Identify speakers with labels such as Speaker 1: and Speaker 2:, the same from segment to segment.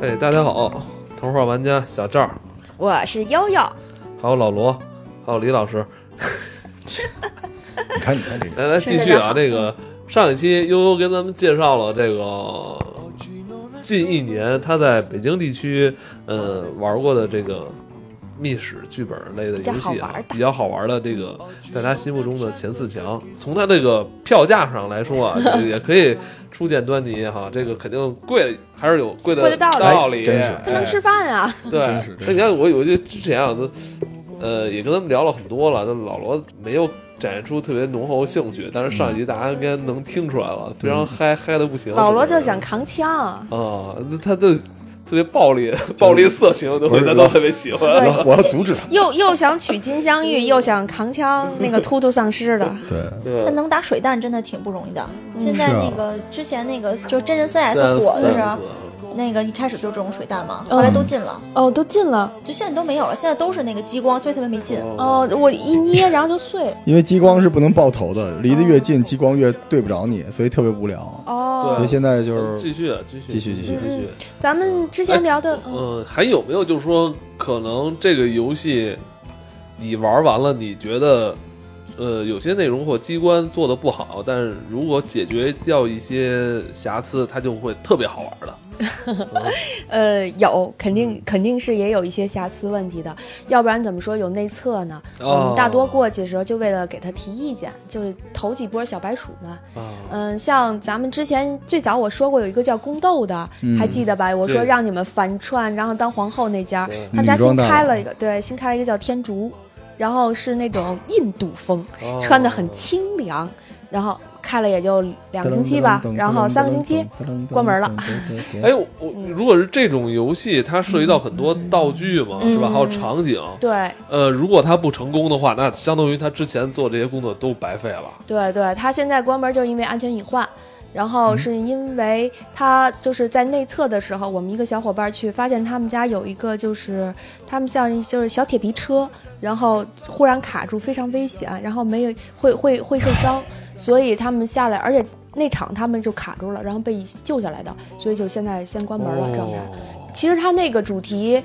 Speaker 1: 哎，大家好，头号玩家小赵，
Speaker 2: 我是悠悠，
Speaker 1: 还有老罗，还有李老师，
Speaker 3: 你看，你看这个，
Speaker 1: 来来
Speaker 2: 是
Speaker 1: 继
Speaker 2: 大
Speaker 1: 续
Speaker 2: 家
Speaker 1: 啊。
Speaker 2: 好
Speaker 1: 这个上一期悠悠跟咱们介绍了这个近一年他在北京地区呃玩过的这个密室剧本类的
Speaker 2: 比较
Speaker 1: 游
Speaker 2: 好
Speaker 1: 戏
Speaker 2: 玩
Speaker 1: 啊
Speaker 2: 的，
Speaker 1: 比较好玩的这个，在他心目中的前四强。从他这个票价上来说啊， 这也可以初见端倪哈，这个肯定贵还是有贵
Speaker 2: 贵
Speaker 1: 的
Speaker 2: 的道理
Speaker 1: 理，
Speaker 3: 真是
Speaker 2: 不能
Speaker 1: 哎
Speaker 2: 吃饭啊！
Speaker 1: 对
Speaker 3: 真是真，是
Speaker 1: 那你看我，我就之前啊，都呃也跟他们聊了很多了，但老罗没有展现出特别浓厚的兴趣。但是上一
Speaker 3: 嗯
Speaker 1: 集大家应该能听出来了，非常嗨嗨的不行。
Speaker 2: 老罗
Speaker 1: 这个人
Speaker 2: 就想扛枪，
Speaker 1: 啊，那他就特别暴力、暴力色情的东西，
Speaker 3: 不是
Speaker 1: 他都特别喜欢。
Speaker 2: 对
Speaker 3: 我我要阻止他。
Speaker 2: 又又想娶金镶玉，又想扛枪，那个突突丧尸的，
Speaker 3: 对，
Speaker 4: 但
Speaker 1: 对，
Speaker 4: 能打水弹真的挺不容易的。
Speaker 5: 嗯
Speaker 4: 现在
Speaker 3: 是啊
Speaker 4: 那个之前那个就是真人 CS
Speaker 1: 三
Speaker 4: 火的时
Speaker 1: 四
Speaker 4: 候，那个一开始就这种水弹嘛，后来都禁了，
Speaker 2: 哦，都进了
Speaker 4: 就现在都没有了，现在都是那个激光，所以特别没
Speaker 1: 嗯
Speaker 4: 劲。
Speaker 2: 哦，我一捏然后就碎
Speaker 3: 因为激光是不能爆头的，离得越近，激光越对不着你，所以特别无聊。
Speaker 2: 哦
Speaker 3: 所以。现在
Speaker 1: 嗯
Speaker 3: 就是
Speaker 1: 继续继续
Speaker 3: 继续继续
Speaker 2: 嗯
Speaker 1: 继续。
Speaker 2: 咱们之前聊的，嗯
Speaker 1: 嗯，还有没有就是说，可能这个游戏你玩完了，你觉得呃有些内容或机关做的不好，但是如果解决掉一些瑕疵，它就会特别好玩的。
Speaker 2: 呃，有肯定肯定是也有一些瑕疵问题的，要不然怎么说有内测呢？我
Speaker 1: 哦
Speaker 2: 们嗯大多过去的时候就为了给他提意见，就是头几波小白鼠嘛，
Speaker 1: 啊，
Speaker 2: 嗯，像咱们之前最早我说过有一个叫宫斗的，
Speaker 3: 嗯
Speaker 2: 还记得吧？我说
Speaker 1: 嗯对
Speaker 2: 让你们反串，然后当皇后那家，
Speaker 1: 对
Speaker 2: 他们家
Speaker 3: 女装
Speaker 2: 新
Speaker 3: 大佬
Speaker 2: 开了一个，对，新开了一个叫天竺，然后是那种印度风，
Speaker 1: 哦
Speaker 2: 穿的很清凉，然后开了也就两个星期吧，然后三个星期。，关门了。
Speaker 1: 哎，我我
Speaker 2: 嗯
Speaker 1: 如果是这种游戏，它涉及到很多道具嘛，
Speaker 2: 嗯
Speaker 1: 是吧？还有场景。
Speaker 2: 对
Speaker 1: 呃，如果它不成功的话，那相当于他之前做这些工作都白费了。
Speaker 2: 对对，他现在关门就因为安全隐患。然后是因为他就是在内测的时候，我们一个小伙伴去发现他们家有一个就是他们像就是小铁皮车，然后忽然卡住，非常危险，然后没有会会会受伤，所以他们下来，而且那场他们就卡住了，然后被救下来的，所以就现在先关门了状态。
Speaker 1: 哦
Speaker 2: 其实他那个主题，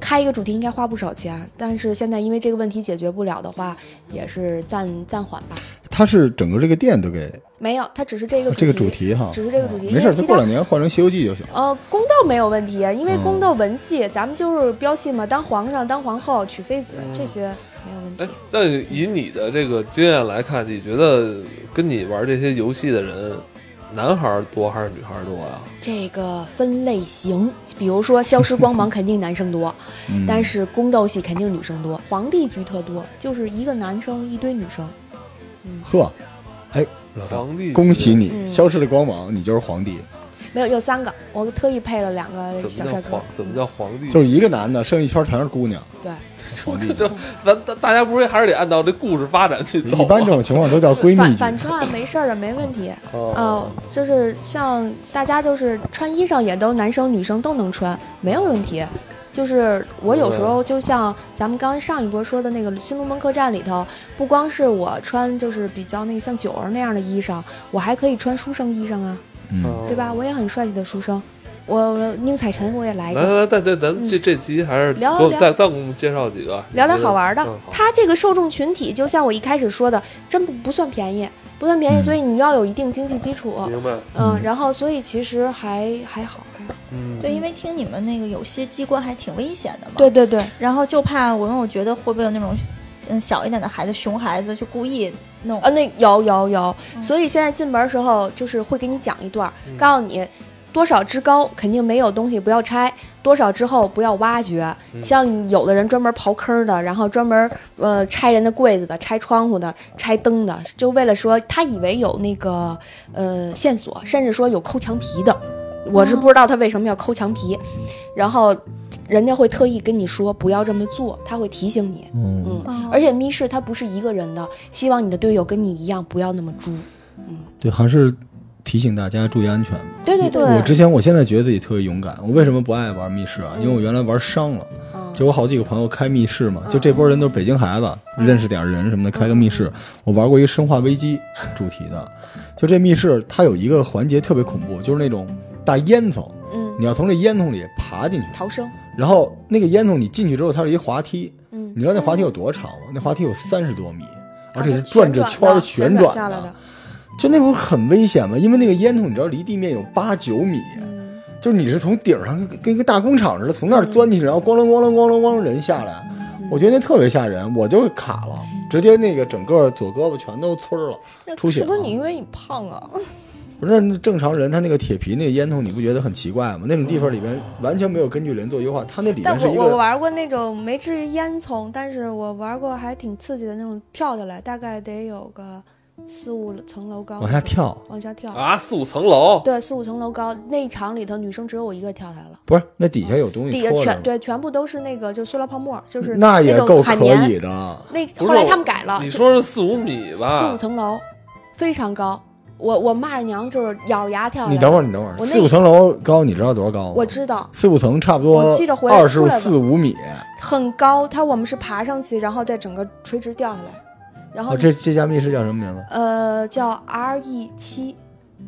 Speaker 2: 开一个主题应该花不少钱，但是现在因为这个问题解决不了的话，也是暂暂缓吧。
Speaker 3: 他是整个这个店都给啊
Speaker 2: 没有，它只是这个
Speaker 3: 这个主，题哈，
Speaker 2: 只是这个主题。
Speaker 3: 没事
Speaker 2: 因为
Speaker 3: 儿，
Speaker 2: 其他
Speaker 3: 他过两年换成《西游记》就行。
Speaker 2: 呃，宫斗没有问题，因为
Speaker 3: 嗯
Speaker 2: 宫斗文戏，咱们就是标戏嘛，当皇上、当皇后、娶妃子这些没有问题
Speaker 1: 哎。，但以你的这个经验来看，你觉得跟你玩这些游戏的人，男孩儿多还是女孩儿多啊呀、
Speaker 2: 这个分类型，比如说《消失光芒》肯定男生多，
Speaker 3: 嗯
Speaker 2: 但是宫斗戏肯定女生多，皇帝局特多，就是一个男生一堆女生。
Speaker 3: 呵，
Speaker 1: 皇帝，
Speaker 3: 恭喜！你
Speaker 2: 嗯
Speaker 3: 消失的光芒，你就是皇帝，
Speaker 2: 没有，有三个，我特意配了两个
Speaker 1: 怎么
Speaker 2: 小
Speaker 1: 叫
Speaker 2: 帅哥
Speaker 1: 皇？。怎么叫皇帝？
Speaker 3: 就是一个男的，剩一圈全是姑娘，
Speaker 2: 对，
Speaker 3: 皇帝。
Speaker 1: 这咱大大家不是还是得按照这故事发展去走吗？
Speaker 3: 一般这种情况都叫 闺
Speaker 2: 反
Speaker 3: 蜜
Speaker 2: 反
Speaker 3: 局，
Speaker 2: 串没事儿的，没问题。
Speaker 1: 哦
Speaker 2: 哦，，就是像大家就是穿衣裳也都男生女生都能穿，没有问题。就是我有时候就像咱们刚上一波说的那个《新龙门客栈》里头，不光是我穿就是比较那个像九儿那样的衣裳，我还可以穿书生衣裳啊，
Speaker 3: 嗯，
Speaker 1: 哦
Speaker 2: 对吧？我也很帅气的书生，我宁采臣我也来一
Speaker 1: 来
Speaker 2: 个。
Speaker 3: 嗯
Speaker 1: 来来，咱咱咱们这这集还是给
Speaker 2: 聊
Speaker 1: 我
Speaker 2: 聊
Speaker 1: 再再给我们介绍几个，
Speaker 2: 聊点好玩的
Speaker 1: 嗯。好
Speaker 2: 它这个受众群体，就像我一开始说的，真不不算便宜，不算便宜，
Speaker 3: 嗯
Speaker 2: 所以你要有一定经济基础。
Speaker 1: 明白？
Speaker 2: 嗯
Speaker 3: 嗯，
Speaker 2: 然后所以其实还还好，还好。
Speaker 1: 嗯，
Speaker 4: 对，因为听你们那个有些机关还挺危险的嘛。
Speaker 2: 对，对对，
Speaker 4: 然后就怕我我觉得会不会有那种嗯小一点的孩子熊孩子就故意弄
Speaker 2: 呃，那有有有，
Speaker 4: 嗯
Speaker 2: 所以现在进门的时候就是会给你讲一段儿，
Speaker 1: 嗯
Speaker 2: 告诉你多少之高肯定没有东西不要拆，多少之后不要挖掘。
Speaker 1: 嗯
Speaker 2: 像有的人专门刨坑的，然后专门呃拆人的柜子的、拆窗户的、拆灯的，就为了说他以为有那个呃线索，甚至说有抠墙皮的。我是
Speaker 4: 哦
Speaker 2: 不知道他为什么要抠墙皮，然后人家会特意跟你说不要这么做，他会提醒你。
Speaker 3: 嗯，
Speaker 2: 嗯
Speaker 4: 哦，
Speaker 2: 而且密室它不是一个人的，希望你的队友跟你一样，不要那么猪。
Speaker 3: 对，还是提醒大家注意安全吧。
Speaker 2: 对对对，
Speaker 3: 我之前，我现在觉得自己特别勇敢。我为什么不爱玩密室啊？
Speaker 2: 嗯
Speaker 3: 因为我原来玩伤了，
Speaker 2: 嗯
Speaker 3: 就我好几个朋友开密室嘛，
Speaker 2: 嗯
Speaker 3: 就这波人都是北京孩子，
Speaker 2: 嗯
Speaker 3: 认识点人什么的，开个密室。我玩过一个《生化危机》主题的，就这密室它有一个环节特别恐怖，就是那种大烟囱，
Speaker 2: 嗯
Speaker 3: 你要从这烟囱里爬进去，
Speaker 2: 逃生，
Speaker 3: 然后那个烟囱你进去之后，它是一滑梯，
Speaker 2: 嗯
Speaker 3: 你，知道那滑梯有多长吗？那滑梯有三十多米，而且
Speaker 2: 啊
Speaker 3: 是转着圈儿
Speaker 2: 的
Speaker 3: 旋
Speaker 2: 转下
Speaker 3: 转
Speaker 2: 来的，
Speaker 3: 就那不是很危险吗？因为那个烟囱你知道离地面有八九米，
Speaker 2: 嗯，
Speaker 3: 就是你是从顶上跟跟一个大工厂似的从那儿钻进去，然后咣啷咣啷咣啷咣啷人下来，
Speaker 2: 嗯
Speaker 3: 我觉得那特别吓人，我就卡了，直接那个整个左胳膊全都村了。
Speaker 2: 那
Speaker 3: 出血
Speaker 2: 是不是
Speaker 3: 了
Speaker 2: 你因为你胖啊？
Speaker 3: 不是，那正常人他那个铁皮那个烟囱，你不觉得很奇怪吗？那种地方里边完全没有根据人做优化，它那里
Speaker 2: 但
Speaker 3: 边
Speaker 2: 我
Speaker 3: 是一
Speaker 2: 我
Speaker 3: 个
Speaker 2: 玩过那种没至于烟囱，但是我玩过还挺刺激的那种跳下来，大概得有个四五层楼高，
Speaker 3: 往下，跳，
Speaker 2: 往下跳，
Speaker 1: 啊，四五层楼，
Speaker 2: 对，四五层楼高。那一场里头，女生只有我一个跳下来了，
Speaker 3: 不是那底下有东西
Speaker 2: 底下
Speaker 3: 拖着
Speaker 2: 全
Speaker 3: 呢，
Speaker 2: 对，全部都是那个就塑料泡沫，就是
Speaker 3: 那也
Speaker 2: 种
Speaker 3: 够
Speaker 2: 海
Speaker 3: 可
Speaker 2: 绵。
Speaker 3: 以的。
Speaker 2: 那
Speaker 1: 不是
Speaker 2: 后来他们改了，
Speaker 1: 你
Speaker 2: 就
Speaker 1: 说是四五米
Speaker 2: 四
Speaker 1: 吧
Speaker 3: 啊
Speaker 2: 五？层楼，非常高。我我骂着娘就是咬着牙跳下来。
Speaker 3: 你等会儿，你等会儿，
Speaker 2: 我那
Speaker 3: 四五层楼高，你知道多少高吗？
Speaker 2: 我知道
Speaker 3: 四五层差不多
Speaker 2: 我记着回来
Speaker 3: 二
Speaker 2: 出
Speaker 3: 十
Speaker 2: 来吧
Speaker 3: 四五米。啊
Speaker 2: 很高，它我们是爬上去，然后再整个垂直掉下来，然后
Speaker 3: 哦，这这家密室叫什么名字？
Speaker 2: 呃，叫 R E 七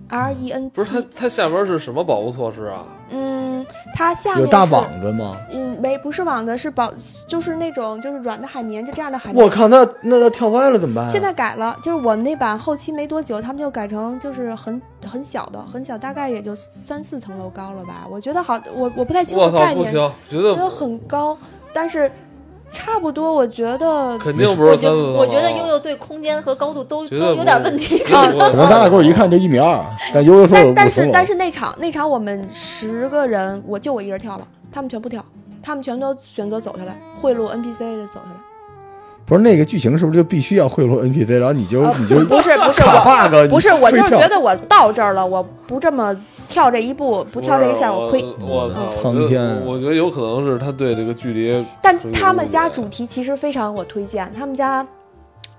Speaker 2: ，R E N
Speaker 1: 不是它
Speaker 2: 七。
Speaker 1: 它下边是什么保护措施啊？
Speaker 2: 嗯，它下面
Speaker 3: 有大
Speaker 2: 是
Speaker 3: 网。子吗？
Speaker 2: 嗯，没，不是网的，是保，就是那种就是软的海绵，就这样的海绵。
Speaker 3: 我！靠，那那要跳歪了怎么办、啊？
Speaker 2: 现在改了，就是我们那版后期没多久，他们就改成就是很很小的，很小，大概也就三四层楼高了吧。我觉得好，我我不太清
Speaker 1: 我
Speaker 2: 楚
Speaker 1: 操，
Speaker 2: 概
Speaker 1: 不
Speaker 2: 念，
Speaker 1: 行
Speaker 2: 觉，
Speaker 1: 觉得
Speaker 2: 得很高，但是差不多，我觉得
Speaker 1: 肯定不
Speaker 4: 我
Speaker 1: 是
Speaker 4: 觉
Speaker 1: 三四啊
Speaker 4: 得
Speaker 1: 层楼。
Speaker 4: 我觉得悠悠对空间和高度都
Speaker 1: 绝对
Speaker 4: 都
Speaker 1: 不
Speaker 4: 有点问题。
Speaker 1: 绝 对不
Speaker 3: 啊可能咱俩给我一看就一米二，但悠悠说
Speaker 2: 但
Speaker 3: 有五
Speaker 2: 但是
Speaker 3: 层楼
Speaker 2: 但。是那场那场我们十个人，我就我一人跳了，他们全部跳，他们全都选择走下来，贿赂 NPC 的走下来。
Speaker 3: 不是那个剧情是不是就必须要贿赂 NPC，然后你就、
Speaker 2: 呃
Speaker 3: 你就
Speaker 2: 不是不是我，
Speaker 3: 卡 bug，
Speaker 2: 不是
Speaker 3: 你
Speaker 2: 我就是
Speaker 3: 非跳
Speaker 2: 觉得我到这儿了，我不这么跳这一步，不跳这一下
Speaker 1: 不是
Speaker 2: 我亏。
Speaker 1: 我我操！
Speaker 3: 苍天啊
Speaker 1: 我觉得有可能是他对这个距离
Speaker 2: 但
Speaker 1: 可以
Speaker 2: 他们
Speaker 1: 理
Speaker 2: 家
Speaker 1: 解
Speaker 2: 主题其实非常我推荐，他们家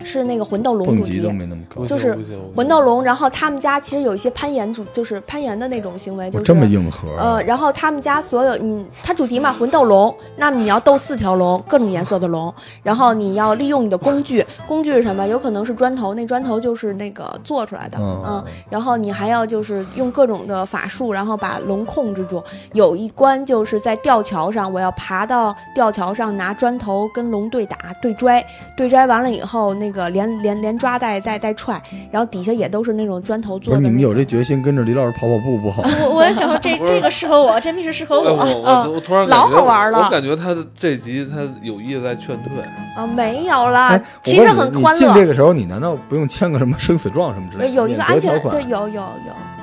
Speaker 2: 是那个魂斗龙
Speaker 3: 蹦
Speaker 2: 主
Speaker 3: 极都
Speaker 2: 题。
Speaker 3: 没那么高
Speaker 1: 不。
Speaker 2: 就
Speaker 1: 行
Speaker 2: 是
Speaker 1: 不行不
Speaker 2: 魂
Speaker 1: 行
Speaker 2: 斗龙，然后他们家其实有一些攀岩主，就是攀岩的那种行为，就
Speaker 3: 我
Speaker 2: 是
Speaker 3: 这么硬核啊、
Speaker 2: 呃，然后他们家所有，嗯，它主题嘛，魂斗龙，那么你要斗四条龙，各种颜色的龙，然后你要利用你的工具，工具是什么？有可能是砖头，那砖头就是那个做出来的，
Speaker 3: 嗯
Speaker 2: 嗯，然后你还要就是用各种的法术，然后把龙控制住。有一关就是在吊桥上，我要爬到吊桥上拿砖头跟龙对打，对拽，对拽完了以后，那个连连连抓带带带踹，然后底下也都是那种砖头
Speaker 3: 不
Speaker 2: 做
Speaker 3: 是
Speaker 2: 的、那
Speaker 3: 你
Speaker 2: 个。啊
Speaker 3: 们有这决心跟着李老师跑跑步不好？
Speaker 5: 我我也想说这
Speaker 1: 不是
Speaker 5: 这个适合我，这密室适合
Speaker 1: 哎我
Speaker 5: 我。
Speaker 1: 我
Speaker 4: 呃
Speaker 5: 嗯，
Speaker 1: 我突然
Speaker 2: 老
Speaker 1: 感觉
Speaker 2: 好玩了
Speaker 1: 我感觉他这集他有意在劝退，
Speaker 2: 啊，没有啦
Speaker 3: 哎，
Speaker 2: 其实很
Speaker 3: 我问
Speaker 2: 欢
Speaker 3: 你，你进
Speaker 2: 乐。
Speaker 3: 这个时候你难道不用签个什么生死状什么之类的？
Speaker 2: 有一个
Speaker 3: 嗯免责
Speaker 2: 安全
Speaker 3: 条，
Speaker 2: 对，
Speaker 3: 款，
Speaker 2: 有有有，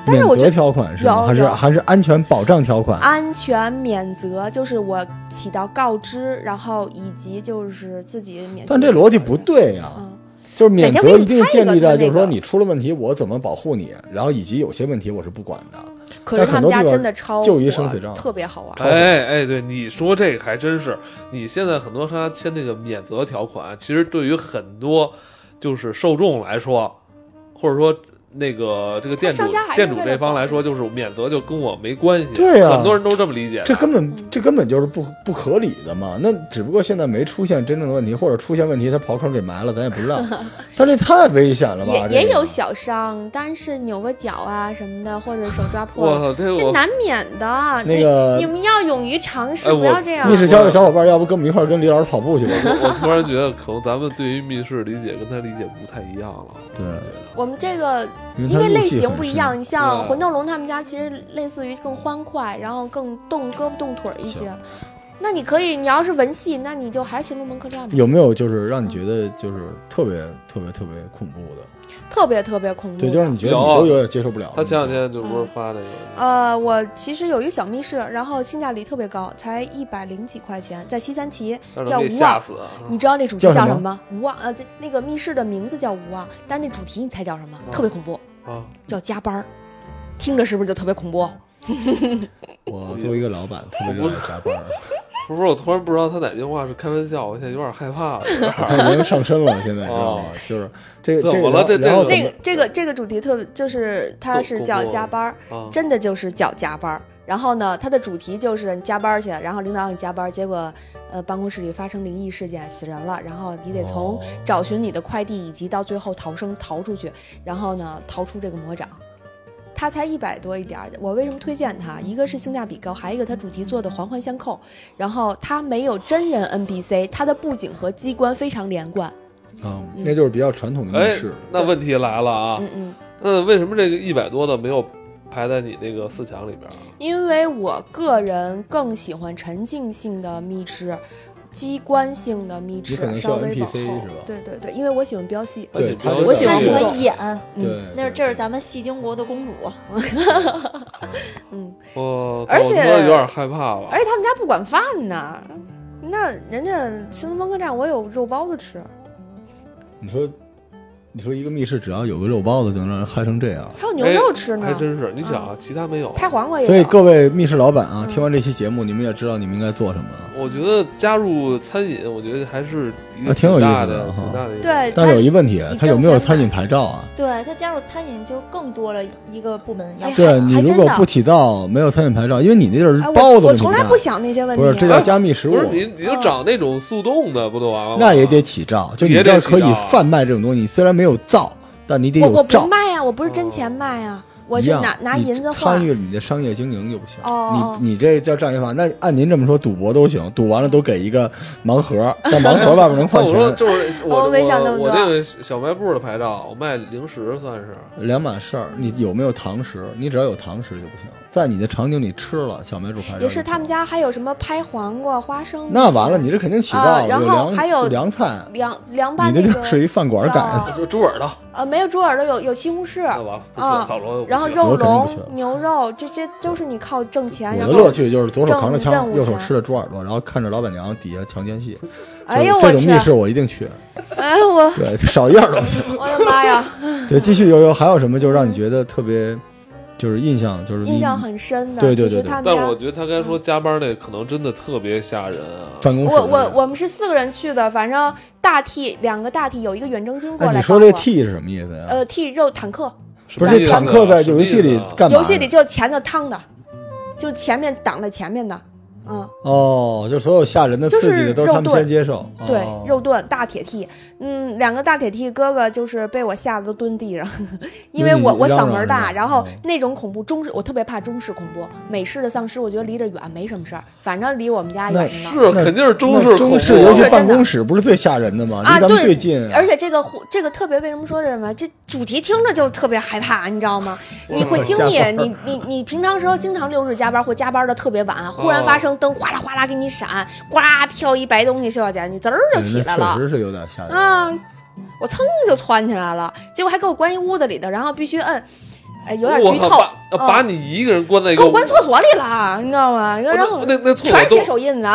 Speaker 2: 但是
Speaker 3: 免
Speaker 2: 我觉
Speaker 3: 责
Speaker 2: 得
Speaker 3: 条款是吗？
Speaker 2: 有
Speaker 3: 还是
Speaker 2: 有
Speaker 3: 还是安全保障条款？
Speaker 2: 安全免责就是我起到告知，然后以及就是自己免去。
Speaker 3: 但这逻辑不。对啊呀、
Speaker 2: 嗯，
Speaker 3: 就是免责一定建立
Speaker 2: 每天给你拍一个
Speaker 3: 在就是
Speaker 2: 那
Speaker 3: 说
Speaker 2: 个
Speaker 3: 你出了问题我怎么保护你，然后以及有些问题我是不管的。
Speaker 2: 可是
Speaker 3: 但
Speaker 2: 他
Speaker 3: 很
Speaker 2: 们
Speaker 3: 多
Speaker 2: 家
Speaker 3: 地方
Speaker 2: 真的超
Speaker 3: 就一
Speaker 2: 火
Speaker 3: 生死账
Speaker 2: 特别好玩。
Speaker 1: 哎哎，对，你说这个还真是，你现在很多商家签那个免责条款，其实对于很多就是受众来说，或者说那个这个店主
Speaker 5: 商家还是
Speaker 1: 店主
Speaker 5: 为了
Speaker 1: 这方
Speaker 5: 保
Speaker 1: 来说，就是免责就跟我没关系，
Speaker 3: 对呀
Speaker 1: 很多人都这么理解的，
Speaker 3: 这根
Speaker 2: 嗯
Speaker 3: 本这根本就是不不合理的嘛。那只不过现在没出现真正的问题，或者出现问题他刨坑给埋了，咱也不 知道。但这太危险了吧？
Speaker 2: 也也
Speaker 3: 这个
Speaker 2: 有小伤，但是扭个脚啊什么的，或者手抓破
Speaker 1: 我
Speaker 2: 了，
Speaker 1: 操，这
Speaker 2: 这
Speaker 1: 我
Speaker 2: 难免的。
Speaker 3: 那
Speaker 2: 你
Speaker 3: 个
Speaker 2: 你们要勇于尝试，
Speaker 1: 哎
Speaker 2: 不要
Speaker 1: 我
Speaker 2: 这样
Speaker 3: 密。室交易小伙伴，要不跟我们一块儿跟李老师跑步去吧？
Speaker 1: 我我突然觉得，可能咱们对于密室理解跟他理解不太一样了。我
Speaker 3: 对
Speaker 1: 觉得
Speaker 2: 我们这个
Speaker 3: 因
Speaker 2: 因
Speaker 3: 为
Speaker 2: 为
Speaker 3: 它入
Speaker 2: 类
Speaker 3: 戏
Speaker 2: 型
Speaker 3: 很
Speaker 2: 不一
Speaker 3: 深。
Speaker 2: 样，你像
Speaker 1: 对
Speaker 2: 魂斗龙他们家其实类似于更欢快，然后更动胳膊动腿儿一些
Speaker 3: 行。
Speaker 2: 那你可以，你要是文戏，那你就还是《新龙门客栈》吧，
Speaker 3: 有没有就是让你觉得就是特别特别特别恐怖的？
Speaker 2: 特别特别恐怖。
Speaker 3: 对，就让你觉得你
Speaker 1: 有啊
Speaker 3: 都有点接受不了。
Speaker 1: 他前两天就不是发那个，
Speaker 2: 嗯呃，我其实有一个小密室，然后性价比特别高，才一百零几块钱，在西三旗。
Speaker 1: 让
Speaker 2: 叫
Speaker 1: 人给
Speaker 2: 无
Speaker 1: 吓
Speaker 2: 望
Speaker 1: 死啊！
Speaker 2: 你知道那主题
Speaker 3: 叫
Speaker 2: 叫
Speaker 3: 什么
Speaker 2: 什么吗？无望，呃，这那个密室的名字叫无望，但那主题你猜叫什么？
Speaker 1: 嗯
Speaker 2: 特别恐怖，
Speaker 1: 啊，
Speaker 2: 叫加班儿。听着是不是就特别恐怖？
Speaker 3: 我作为一个老板，特别热爱加班，
Speaker 1: 不是，我突然不知道他哪句话是开玩笑，我现在有点害怕了。有点儿
Speaker 3: 他已经上身了，现在知道
Speaker 1: 哦？
Speaker 3: 吗就是这个
Speaker 1: 怎
Speaker 3: 这
Speaker 1: 么了
Speaker 3: 个，
Speaker 1: 这
Speaker 3: 然后
Speaker 1: 这
Speaker 2: 那个这个这个主题特别就是它是叫加班儿，
Speaker 1: 啊，
Speaker 2: 真的就是叫加班儿。然后呢，它的主题就是你加班儿去，然后领导让你加班儿，结果呃办公室里发生灵异事件，死人了，然后你得从
Speaker 3: 哦
Speaker 2: 找寻你的快递以及到最后逃生逃出去，然后呢逃出这个魔掌。它才一百多一点儿。我为什么推荐它？一个是性价比高，还有一个它主题做的环环相扣，然后它没有真人 NPC，它的布景和机关非常连贯。
Speaker 3: 啊，那嗯就是比较传统的密
Speaker 1: 哎
Speaker 3: 室。，
Speaker 1: 那问题来了啊，
Speaker 2: 嗯嗯。
Speaker 1: 那为什么这个一百多的没有排在你那个四强里边啊？
Speaker 2: 因为我个人更喜欢沉浸性的密室，机关性的密室
Speaker 3: 你可能需
Speaker 2: 稍
Speaker 3: 要
Speaker 2: 微往
Speaker 3: NPC
Speaker 2: 后
Speaker 3: 是吧。
Speaker 2: 对对对，因为我喜欢飙戏，
Speaker 3: 对
Speaker 1: 而且
Speaker 3: 他
Speaker 1: 比较
Speaker 3: 就
Speaker 4: 我喜欢
Speaker 1: 小
Speaker 4: 喜
Speaker 2: 是
Speaker 1: 众
Speaker 4: 欢演，
Speaker 2: 嗯
Speaker 3: 对，
Speaker 4: 那是
Speaker 3: 对
Speaker 4: 这是咱们戏精国的公主，
Speaker 2: 嗯，
Speaker 1: 哦，
Speaker 2: 而
Speaker 1: 我
Speaker 2: 且
Speaker 1: 他妈有点害怕了
Speaker 2: 而。且他们家不管饭呢，那人家新闻客栈我有肉包子吃，
Speaker 3: 你说，你说一个密室只要有个肉包子，就能让人嗨成这样。
Speaker 2: 还有牛肉吃呢嗯
Speaker 1: 还，真是，你想啊，其他没有。
Speaker 2: 拍黄瓜也有。
Speaker 3: 啊所以各位密室老板啊，
Speaker 2: 嗯
Speaker 3: 听完这期节目，你们也知道你们应该做什么了。
Speaker 1: 我觉得加入餐饮，我觉得还是一个
Speaker 3: 啊挺有意思
Speaker 1: 大
Speaker 3: 的
Speaker 1: 的，
Speaker 3: 哈
Speaker 1: 挺大的一个。
Speaker 2: 对，
Speaker 3: 但
Speaker 2: 它
Speaker 3: 是有一问题啊
Speaker 2: 你，
Speaker 3: 他有没
Speaker 2: 挣
Speaker 3: 有
Speaker 2: 钱
Speaker 3: 餐饮牌照啊？
Speaker 4: 对他加入餐饮就更多了一个部门要
Speaker 2: 哎呀
Speaker 3: 对你
Speaker 2: 还
Speaker 3: 如
Speaker 2: 真
Speaker 3: 果
Speaker 2: 的
Speaker 3: 不起到没有餐饮牌照，因为你那地儿是
Speaker 2: 哎我
Speaker 3: 包子嘛，
Speaker 2: 我
Speaker 3: 你
Speaker 2: 从
Speaker 3: 们
Speaker 2: 来
Speaker 3: 家
Speaker 2: 不想那些问
Speaker 3: 不是，这
Speaker 2: 题
Speaker 3: 叫
Speaker 2: 啊。
Speaker 3: 加密食物
Speaker 1: 不，是你，你
Speaker 2: 嗯
Speaker 1: 就找那种速冻的，不就完了吗？
Speaker 3: 那也得起照，就你
Speaker 1: 也
Speaker 3: 这
Speaker 1: 得
Speaker 3: 儿
Speaker 1: 起
Speaker 3: 可以
Speaker 1: 照啊
Speaker 3: 贩卖这种东西，虽然没有造，但你得
Speaker 2: 我
Speaker 3: 有
Speaker 2: 我不
Speaker 3: 照。
Speaker 2: 卖啊，我不是真钱卖啊，我
Speaker 3: 一
Speaker 2: 是
Speaker 3: 样
Speaker 2: 拿拿
Speaker 3: 你
Speaker 2: 银子换
Speaker 3: 参。与你的商业经营就不行。
Speaker 2: 哦
Speaker 3: 你你这叫障眼法。那按您这么说，赌博都行，赌完了都给一个盲盒，但盲盒外面能
Speaker 1: 那
Speaker 3: 换
Speaker 1: 我说
Speaker 3: 钱，
Speaker 1: 就是我
Speaker 2: 我
Speaker 1: 我
Speaker 2: 没想那么多
Speaker 1: 我这个小卖部的牌照，我卖零食算是。
Speaker 3: 两码事儿。你有没有堂食？你只要有堂食就不行，在你的场景里吃了小卖部牌照就
Speaker 2: 也
Speaker 3: 不行
Speaker 2: 是他们家还有什么拍黄瓜、花生米。
Speaker 3: 那完了，你这肯定起
Speaker 2: 啊
Speaker 3: 到了。
Speaker 2: 然
Speaker 3: 有
Speaker 2: 后
Speaker 3: 凉
Speaker 2: 还有
Speaker 3: 凉菜，
Speaker 2: 凉凉拌
Speaker 3: 你那
Speaker 2: 那
Speaker 3: 就
Speaker 2: 个
Speaker 3: 是一饭馆改的。
Speaker 2: 叫
Speaker 1: 猪猪耳朵，
Speaker 2: 呃，没有猪耳朵，有有西红柿，
Speaker 1: 那完了，不去
Speaker 2: 啊
Speaker 1: 了，老罗又不去了
Speaker 2: 然后
Speaker 3: 我
Speaker 2: 肉
Speaker 3: 肯定不
Speaker 2: 龙
Speaker 3: 去了、
Speaker 2: 牛肉，这这都是你靠挣钱。
Speaker 3: 我
Speaker 2: 然
Speaker 3: 的
Speaker 2: 后，
Speaker 3: 乐趣就是左手
Speaker 2: 挣
Speaker 3: 扛着
Speaker 2: 任
Speaker 3: 枪，
Speaker 2: 务
Speaker 3: 右手
Speaker 2: 钱
Speaker 3: 吃着猪耳朵，然后看着老板娘底下强奸戏。
Speaker 2: 哎呦
Speaker 3: 就
Speaker 2: 我
Speaker 3: 是这种密室
Speaker 2: 去，
Speaker 3: 我一定去，
Speaker 2: 哎呦我
Speaker 3: 对，少一样 都不行。
Speaker 2: 我的妈 呀，
Speaker 3: 对，继续悠悠，还有什么就是让你觉得特别，就是印象就是你
Speaker 2: 印象很深的。
Speaker 3: 对对
Speaker 2: 其
Speaker 3: 对
Speaker 2: 实
Speaker 3: 对
Speaker 2: 他们
Speaker 1: 但
Speaker 2: 家
Speaker 1: 我，觉得他刚才说加班那可能真的特别吓人啊。
Speaker 3: 办公室
Speaker 2: 我
Speaker 3: 的
Speaker 2: 我
Speaker 3: 人
Speaker 2: 我们是四个人去的，反正大 T 两个大 T 有一个远征军过
Speaker 3: 哎，
Speaker 2: 来。
Speaker 3: 你说这 T 是什么意思呀？
Speaker 2: 呃 T 肉坦克，
Speaker 1: 什
Speaker 3: 不
Speaker 1: 么
Speaker 3: 是
Speaker 1: 意
Speaker 3: 这
Speaker 1: 思啊
Speaker 3: 坦克在游戏里
Speaker 1: 什么意思啊
Speaker 3: 干嘛
Speaker 2: 游
Speaker 3: 呀？
Speaker 2: 戏里就前头烫的，就前面挡在前面的，嗯。
Speaker 3: 哦，就所有吓人的
Speaker 2: 就
Speaker 3: 刺激
Speaker 2: 是
Speaker 3: 的都是他们
Speaker 2: 肉盾
Speaker 3: 先接受。
Speaker 2: 对
Speaker 3: 哦，
Speaker 2: 肉盾大铁剃，嗯，两个大铁剃哥哥就是被我吓得都蹲地上， 因为我
Speaker 3: 你
Speaker 2: 我
Speaker 3: 嚷
Speaker 2: 嗓
Speaker 3: 嚷
Speaker 2: 门
Speaker 3: 是
Speaker 2: 儿
Speaker 3: 吧
Speaker 2: 大，然后
Speaker 3: 嗯
Speaker 2: 那种恐怖中式我特别怕中式恐怖，美式的丧尸我觉得离着远没什么事儿，反正离我们家
Speaker 3: 那
Speaker 2: 远着呢。
Speaker 1: 是肯定是中式
Speaker 3: 那
Speaker 1: 恐怖
Speaker 3: 中
Speaker 1: 啊
Speaker 3: 式，尤
Speaker 2: 是
Speaker 3: 其
Speaker 2: 真
Speaker 3: 办
Speaker 2: 的
Speaker 3: 公室不是最吓人的吗？
Speaker 2: 啊
Speaker 3: 离咱们
Speaker 2: 对
Speaker 3: 最近啊，
Speaker 2: 而且这个户这个特别为什么说什么？这主题听着就特别害怕，你知道 吗？
Speaker 1: 啊
Speaker 2: 你会经历
Speaker 3: 加班
Speaker 2: 你你你平常时候经常六日加班或加班的特别晚，忽
Speaker 3: 哦
Speaker 2: 然发生灯哗啦哗啦给你闪，呱啦飘一白东西射到家，你滋儿就
Speaker 3: 嗯
Speaker 2: 起
Speaker 3: 那
Speaker 2: 来了
Speaker 3: 确。实是有点吓人。
Speaker 2: 啊，我噌就窜起来了，结果还给我关一屋子里头，然后必须摁，哎，有点
Speaker 1: 我
Speaker 2: 剧
Speaker 1: 靠
Speaker 2: 透，
Speaker 1: 把把
Speaker 2: 嗯
Speaker 1: 你一个人关在一
Speaker 2: 给
Speaker 1: 个
Speaker 2: 我
Speaker 1: 屋，
Speaker 2: 关厕所里了，你知道吗？然后
Speaker 1: 那那厕
Speaker 2: 全是
Speaker 1: 所
Speaker 2: 血
Speaker 1: 都，
Speaker 2: 手印子，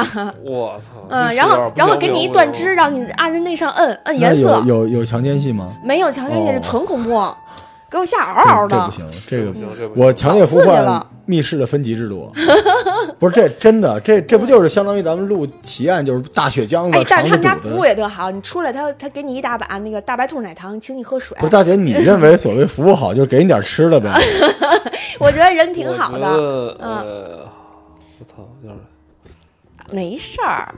Speaker 1: 我操！
Speaker 2: 嗯，
Speaker 1: 真是
Speaker 2: 然
Speaker 1: 有
Speaker 2: 后
Speaker 1: 点不
Speaker 2: 然后
Speaker 1: 像
Speaker 2: 给你一
Speaker 1: 样
Speaker 2: 断肢，让你按着那上摁摁
Speaker 3: 那
Speaker 2: 颜色
Speaker 3: 有，有有强奸戏吗？
Speaker 2: 没有强奸
Speaker 3: 哦
Speaker 2: 是纯 恐怖，给我吓嗷嗷
Speaker 3: 这
Speaker 2: 的
Speaker 3: 不。行，这个
Speaker 1: 不行这不行
Speaker 3: 我强烈呼
Speaker 2: 啊刺激
Speaker 3: 唤
Speaker 2: 了
Speaker 3: 密室的分级制度。 不是，这真的，这这不就是相当于咱们录奇案，就是大血浆
Speaker 2: 哎
Speaker 3: 子，，
Speaker 2: 但
Speaker 3: 肠
Speaker 2: 是
Speaker 3: 子
Speaker 2: 他们家
Speaker 3: 堵
Speaker 2: 服务
Speaker 3: 的。
Speaker 2: 也特好，你出来他他给你一大把那个大白兔奶糖，请你喝水
Speaker 3: 不。是大姐，你认为所谓服务好，就是给你点吃的呗？
Speaker 2: 我觉得人挺
Speaker 1: 我
Speaker 2: 好
Speaker 1: 觉
Speaker 2: 的，
Speaker 1: 得
Speaker 2: 嗯
Speaker 1: 呃，我操，有点
Speaker 2: 没事儿。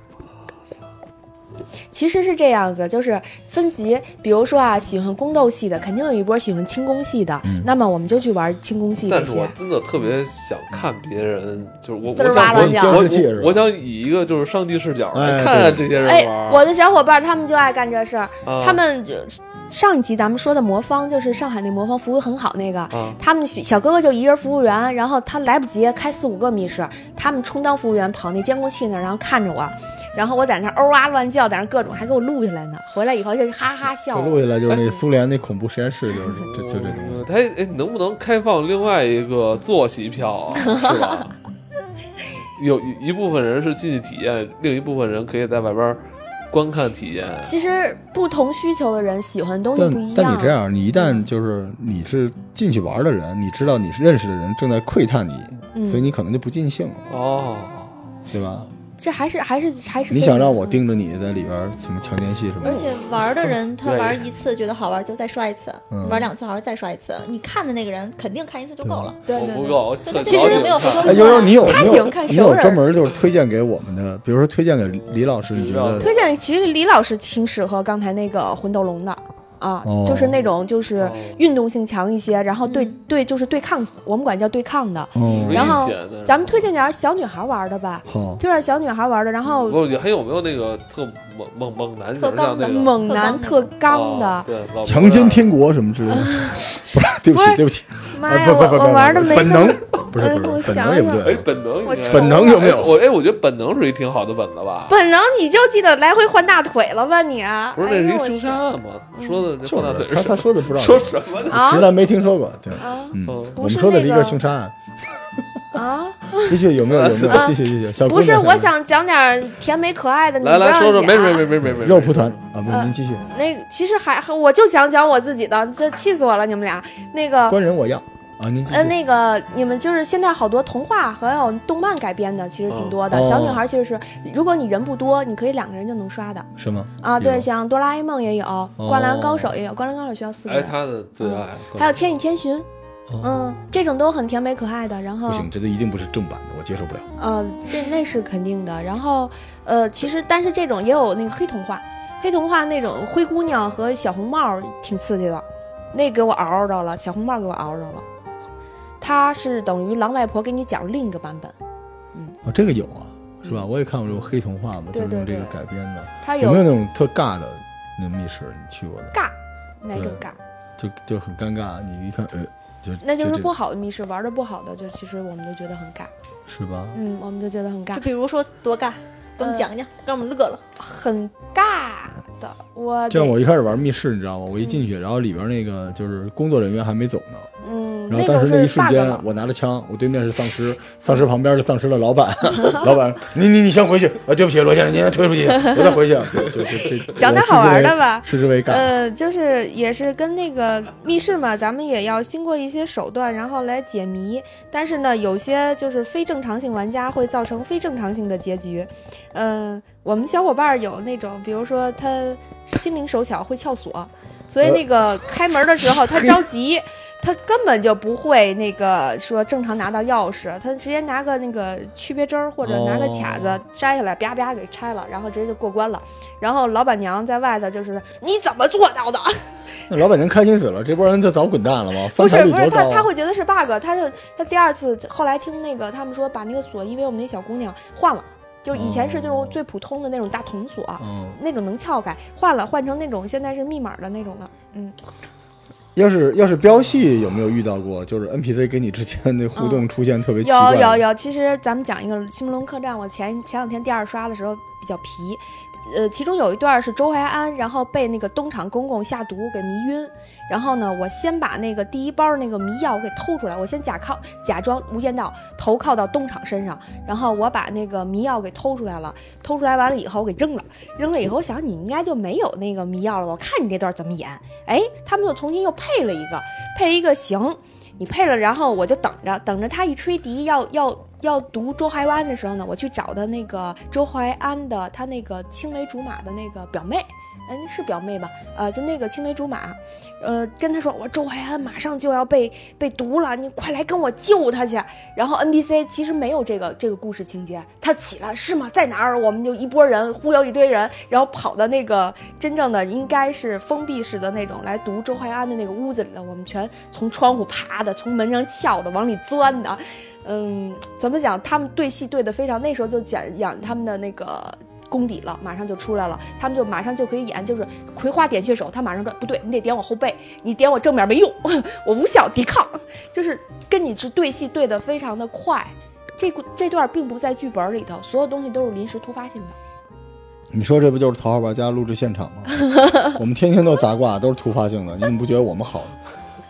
Speaker 2: 其实是这样子，就是分级，比如说啊，喜欢宫斗戏的，肯定有一波喜欢轻功戏的，那么我们就去玩轻功戏这
Speaker 1: 但是我
Speaker 2: 些。
Speaker 1: 真的特别想看别人，就是我，我
Speaker 2: 滋儿哇
Speaker 1: 想
Speaker 2: 啦
Speaker 1: 我
Speaker 2: 叫
Speaker 1: 我
Speaker 3: 电视剧是吧
Speaker 1: 我我想以一个就是上帝视角来
Speaker 3: 哎
Speaker 1: 看看这些人
Speaker 2: 哎
Speaker 1: 玩儿。，
Speaker 2: 我的小伙伴他们就爱干这事儿，
Speaker 1: 啊
Speaker 2: 他们就上一集咱们说的魔方，就是上海那魔方服务很好那个，
Speaker 1: 啊，
Speaker 2: 他们小小哥哥就一人服务员，然后他来不及开四五个密室，他们充当服务员跑那监控器那儿，然后看着我，然后我在那儿嗷啊乱叫，在那儿各种还给我录下来呢，回来以后就哈哈笑
Speaker 3: 就
Speaker 2: 我。
Speaker 3: 录下来就是那苏联那恐怖实验室，就是这就这东西。
Speaker 1: 嗯他哎，能不能开放另外一个坐席票啊？是吧？ 有一一部分人是进去体验，另一部分人可以在外边儿观看体验。
Speaker 2: 其实不同需求的人喜欢的东西不一
Speaker 3: 但但你这样，你一旦
Speaker 2: 嗯
Speaker 3: 就是你是进去玩的人，你知道你是认识的人正在窥探你，
Speaker 2: 嗯
Speaker 3: 所以你可能就不尽兴了，
Speaker 1: 哦，
Speaker 3: 对吧？
Speaker 2: 这还是还是还是
Speaker 3: 你
Speaker 2: 非
Speaker 3: 想
Speaker 2: 常
Speaker 3: 让我
Speaker 2: 嗯
Speaker 3: 盯着你在里边儿什么强奸戏什么的？
Speaker 4: 而且玩的人他
Speaker 1: 对
Speaker 4: 玩一次觉得好玩就再刷一次，
Speaker 3: 嗯
Speaker 4: 玩两次好玩再刷一次，你看的那个人肯定看一次就够了。
Speaker 2: 对
Speaker 1: 我
Speaker 2: 对
Speaker 1: 不
Speaker 2: 对，
Speaker 1: 够，我
Speaker 4: 对
Speaker 1: 特
Speaker 4: 其实
Speaker 1: 矫情
Speaker 4: 没有
Speaker 1: 看
Speaker 4: 合作
Speaker 3: 哎，悠悠，你有
Speaker 2: 他
Speaker 3: 你有
Speaker 2: 喜欢看
Speaker 3: 你
Speaker 2: 熟
Speaker 3: 有
Speaker 2: 人
Speaker 3: 专门就是推荐给我们的，比如说推荐给李老师，你觉
Speaker 1: 李老师
Speaker 3: 得
Speaker 2: 推荐其实李老师挺适合刚才那个魂斗龙的。啊，
Speaker 3: 哦
Speaker 2: 就是那种就是
Speaker 1: 哦
Speaker 2: 运动性强一些，然后对、对就是对抗，我们管叫对抗的。
Speaker 3: 哦
Speaker 2: 然后
Speaker 1: 危险的是
Speaker 2: 咱们推荐点儿小女孩玩的吧，
Speaker 3: 好，
Speaker 2: 推荐小女孩玩的，然后
Speaker 1: 不是还有没有那个特猛猛猛男型
Speaker 4: 特
Speaker 1: 像
Speaker 4: 刚
Speaker 1: 那
Speaker 4: 的
Speaker 1: 个
Speaker 2: 猛男特刚
Speaker 1: 哦
Speaker 2: 的，
Speaker 1: 对老
Speaker 3: 强奸
Speaker 1: 头儿
Speaker 3: 天国什么之类的，不是， 对不
Speaker 2: 啊不是
Speaker 3: 起，对不起，
Speaker 2: 妈
Speaker 3: 啊
Speaker 2: 呀，
Speaker 3: 不不
Speaker 2: 我
Speaker 3: 不不
Speaker 2: 我玩的
Speaker 3: 不
Speaker 2: 没
Speaker 3: 本
Speaker 2: 事
Speaker 3: 能
Speaker 2: 儿，
Speaker 3: 不是
Speaker 2: 哎
Speaker 3: 不
Speaker 2: 我
Speaker 3: 是，本
Speaker 2: 想
Speaker 3: 能也不
Speaker 2: 想
Speaker 1: 哎
Speaker 3: 对，，
Speaker 1: 本能应
Speaker 2: 我
Speaker 1: 该
Speaker 2: 抽
Speaker 3: 本能有没
Speaker 1: 哎
Speaker 3: 有？
Speaker 1: 我哎，我觉得本能是一挺好的本子吧。
Speaker 2: 本能你就记得来回换大腿了吧你？
Speaker 1: 不是
Speaker 2: 哎
Speaker 1: 那是
Speaker 2: 呦
Speaker 1: 一
Speaker 2: 我
Speaker 1: 凶
Speaker 2: 去嗯
Speaker 1: 杀案吗？说的这
Speaker 3: 就
Speaker 1: 放大
Speaker 3: 是
Speaker 1: 腿
Speaker 3: 他他
Speaker 1: 是
Speaker 3: 说的不知道，
Speaker 1: 说什么呢？
Speaker 2: 啊
Speaker 3: 直男没听说过，对，
Speaker 2: 啊
Speaker 3: 嗯，
Speaker 1: 嗯
Speaker 3: 我
Speaker 2: 不
Speaker 3: 们
Speaker 2: 是
Speaker 3: 说的
Speaker 2: 那
Speaker 3: 是一
Speaker 2: 个
Speaker 3: 个凶杀案，
Speaker 2: 啊！
Speaker 3: 继续有没有？有没有？
Speaker 2: 啊
Speaker 3: 继续继续，小姑
Speaker 2: 不是，
Speaker 3: 娘
Speaker 2: 我想讲点儿甜美可 爱的，你
Speaker 1: 来
Speaker 2: 不啊
Speaker 1: 来
Speaker 2: 让
Speaker 1: 说说，没
Speaker 2: 讲
Speaker 1: 没没没没没，
Speaker 3: 肉蒲团啊，不，
Speaker 2: 呃
Speaker 3: 您继续，
Speaker 2: 那个其实还还我就想讲我自己的，这气死我了！你们俩那个
Speaker 3: 官人我要啊，您继续
Speaker 2: 呃，那个你们就是现在好多童话还有动漫改编的，其实挺多的。
Speaker 3: 哦
Speaker 2: 小女孩其实是，如果你人不多，你可以两个人就能刷的
Speaker 3: 是吗？
Speaker 2: 啊。
Speaker 3: 有
Speaker 2: 对，像哆啦 A 梦也有，灌篮高手也有，灌篮高手需要四
Speaker 1: 哦
Speaker 2: 个
Speaker 1: 哎，
Speaker 2: 人，
Speaker 1: 他的最
Speaker 2: 嗯
Speaker 1: 爱
Speaker 2: 还有千与千寻，
Speaker 3: 哦
Speaker 2: 嗯，这种都很甜美可爱的。然后
Speaker 3: 不行，这都一定不是正版的，我接受不了。
Speaker 2: 呃，这那是肯定的。然后，呃，其实但是这种也有那个黑童话，黑童话那种灰姑娘和小红帽儿挺刺激的，那给我熬着了，小红帽儿给我熬着了。它是等于狼外婆给你讲另一个版本，
Speaker 3: 哦，这个有啊，是吧？我也看过这种黑童话嘛，就
Speaker 2: 嗯对
Speaker 3: 是用
Speaker 2: 对
Speaker 3: 这个
Speaker 2: 对
Speaker 3: 改编的。
Speaker 2: 它
Speaker 3: 有没有
Speaker 2: 有
Speaker 3: 那种特尬的那种密室？你去过的？
Speaker 2: 尬，哪种
Speaker 3: 对
Speaker 2: 尬？
Speaker 3: 就就很尴尬，你一看，呃，就
Speaker 2: 那就是
Speaker 3: 这
Speaker 2: 不好的密室，玩的不好的，就其实我们就觉得很尬，
Speaker 3: 是吧？
Speaker 2: 嗯，我们就觉得很尬
Speaker 4: 就，比如说多尬，给我们讲讲，让我们乐了。
Speaker 2: 很尬的。我
Speaker 3: 就像
Speaker 2: 得
Speaker 3: 我一开始玩密室，你知道吗？我一进去，然后里边那个就是工作人员还没走呢，
Speaker 2: 嗯，
Speaker 3: 然后当
Speaker 2: 种
Speaker 3: 时那一
Speaker 2: 是
Speaker 3: 瞬
Speaker 2: bug
Speaker 3: 间
Speaker 2: 了，，
Speaker 3: 我拿着枪，我对面是丧尸，丧尸旁边是丧尸的老板， 老板，你你你先回去啊！对不起，罗先生，您先退出去，我再回去。就就就这
Speaker 2: 讲点好玩的吧
Speaker 3: 视之为尬。
Speaker 2: 呃，就是也是跟那个密室嘛，咱们也要经过一些手段，然后来解谜。但是呢，有些就是非正常性玩家会造成非正常性的结局。嗯、我们小伙伴儿有那种，比如说他心灵手巧会撬锁，所以那
Speaker 3: 呃
Speaker 2: 个开门的时 候他着急。他根本就不会那个说正常拿到钥匙，他直接拿个那个区别针儿或者拿个卡子
Speaker 3: 哦
Speaker 2: 摘下来，啪啪给拆了，然后直接就过关了。然后老板娘在外头就是你怎么做到的？
Speaker 3: 那老板娘开心死了，这波人他早滚蛋了吗？
Speaker 2: 不
Speaker 3: 翻台
Speaker 2: 是
Speaker 3: 率
Speaker 2: 不是，
Speaker 3: 多
Speaker 2: 他
Speaker 3: 高
Speaker 2: 他
Speaker 3: 啊？
Speaker 2: 会觉得是 bug，他就他第二次后来听那个他们说把那个锁，因为我们那小姑娘换了，就以前是这种
Speaker 3: 哦
Speaker 2: 最普通的那种大铜锁，
Speaker 3: 嗯，
Speaker 2: 那种能撬开，换了换成那种现在是密码的那种的，嗯，
Speaker 3: 要是要是飙戏有没有遇到过？就是 NPC 跟你之间那互动出现特别奇
Speaker 2: 有
Speaker 3: 怪，
Speaker 2: 嗯有有，其实咱们讲一个《新龙客栈》，我前前两天第二刷的时候比较皮，呃，其中有一段是周淮安，然后被那个东厂公公下毒给迷晕，然后呢，我先把那个第一包那个迷药给偷出来，我先假靠假装无间道投靠到东厂身上，然后我把那个迷药给偷出来了，偷出来完了以后我给扔了，扔了以后我想你应该就没有那个迷药了，我看你这段怎么演，哎，他们又重新又配了一个，配了一个行。你配了，然后我就等着，等着他一吹笛要要要读周淮安的时候呢，我去找的那个周淮安的他那个青梅竹马的那个表妹，嗯，是表妹吧？呃，就那个青梅竹马，呃，跟他说我周淮安马上就要被被毒了，你快来跟我救他去。然后 NPC 其实没有这个这个故事情节，啊他起来是吗？在哪儿？我们就一波人忽悠一堆人，然后跑到那个真正的应该是封闭式的那种来读周淮安的那个屋子里的，我们全从窗户爬的，从门上撬的，往里钻的。嗯，怎么讲？他们对戏对的非常，那时候就讲演他们的那个功底了，马上就出来了，他们就马上就可以演，就是葵花点穴手，他马上说不对，你得点我后背，你点我正面没用， 我无效抵抗，就是跟你是对戏对的非常的快。这个这段并不在剧本里头，所有东西都是临时突发性的。
Speaker 3: 你说这不就是桃花玩家录制现 场吗？我们天天都砸挂，都是突发性的，你怎么不觉得我们好呢？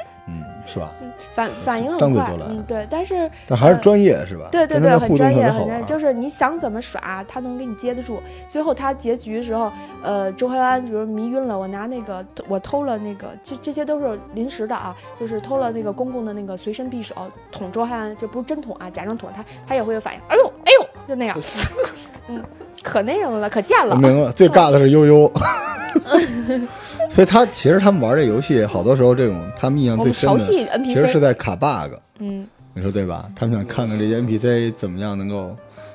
Speaker 3: 嗯，是吧？
Speaker 2: 反反应
Speaker 3: 张
Speaker 2: 很
Speaker 3: 嘴
Speaker 2: 快
Speaker 3: 就，来
Speaker 2: 嗯，对，但是
Speaker 3: 但还是专业是吧？
Speaker 2: 对对
Speaker 3: 跟
Speaker 2: 对，
Speaker 3: 他们
Speaker 2: 很
Speaker 3: 互动
Speaker 2: 专
Speaker 3: 特
Speaker 2: 业，
Speaker 3: 别好啊
Speaker 2: 很专
Speaker 3: 玩
Speaker 2: 业，。就是你想怎么耍，他能给你接得住。最后他结局时候，呃，周淮安比如迷晕了，我拿那个我偷了那个，这这些都是临时的啊，就是偷了那个公公的那个随身匕首捅周淮安，这不是真捅啊，假装捅他，他也会有反应，哎呦哎呦，就那 样，嗯，可那什么了，可贱
Speaker 3: 我
Speaker 2: 了。
Speaker 3: 明白了，最尬的是 悠悠。所以他其实他们玩这游戏，好多时候这种他们印象
Speaker 2: 我
Speaker 3: 最
Speaker 2: 们
Speaker 3: 深
Speaker 2: 调戏
Speaker 3: 的，其实是
Speaker 2: NPC，
Speaker 3: 在卡 bug，
Speaker 2: 嗯，
Speaker 3: 你说对吧？他们想看看这些 NPC 怎么样能够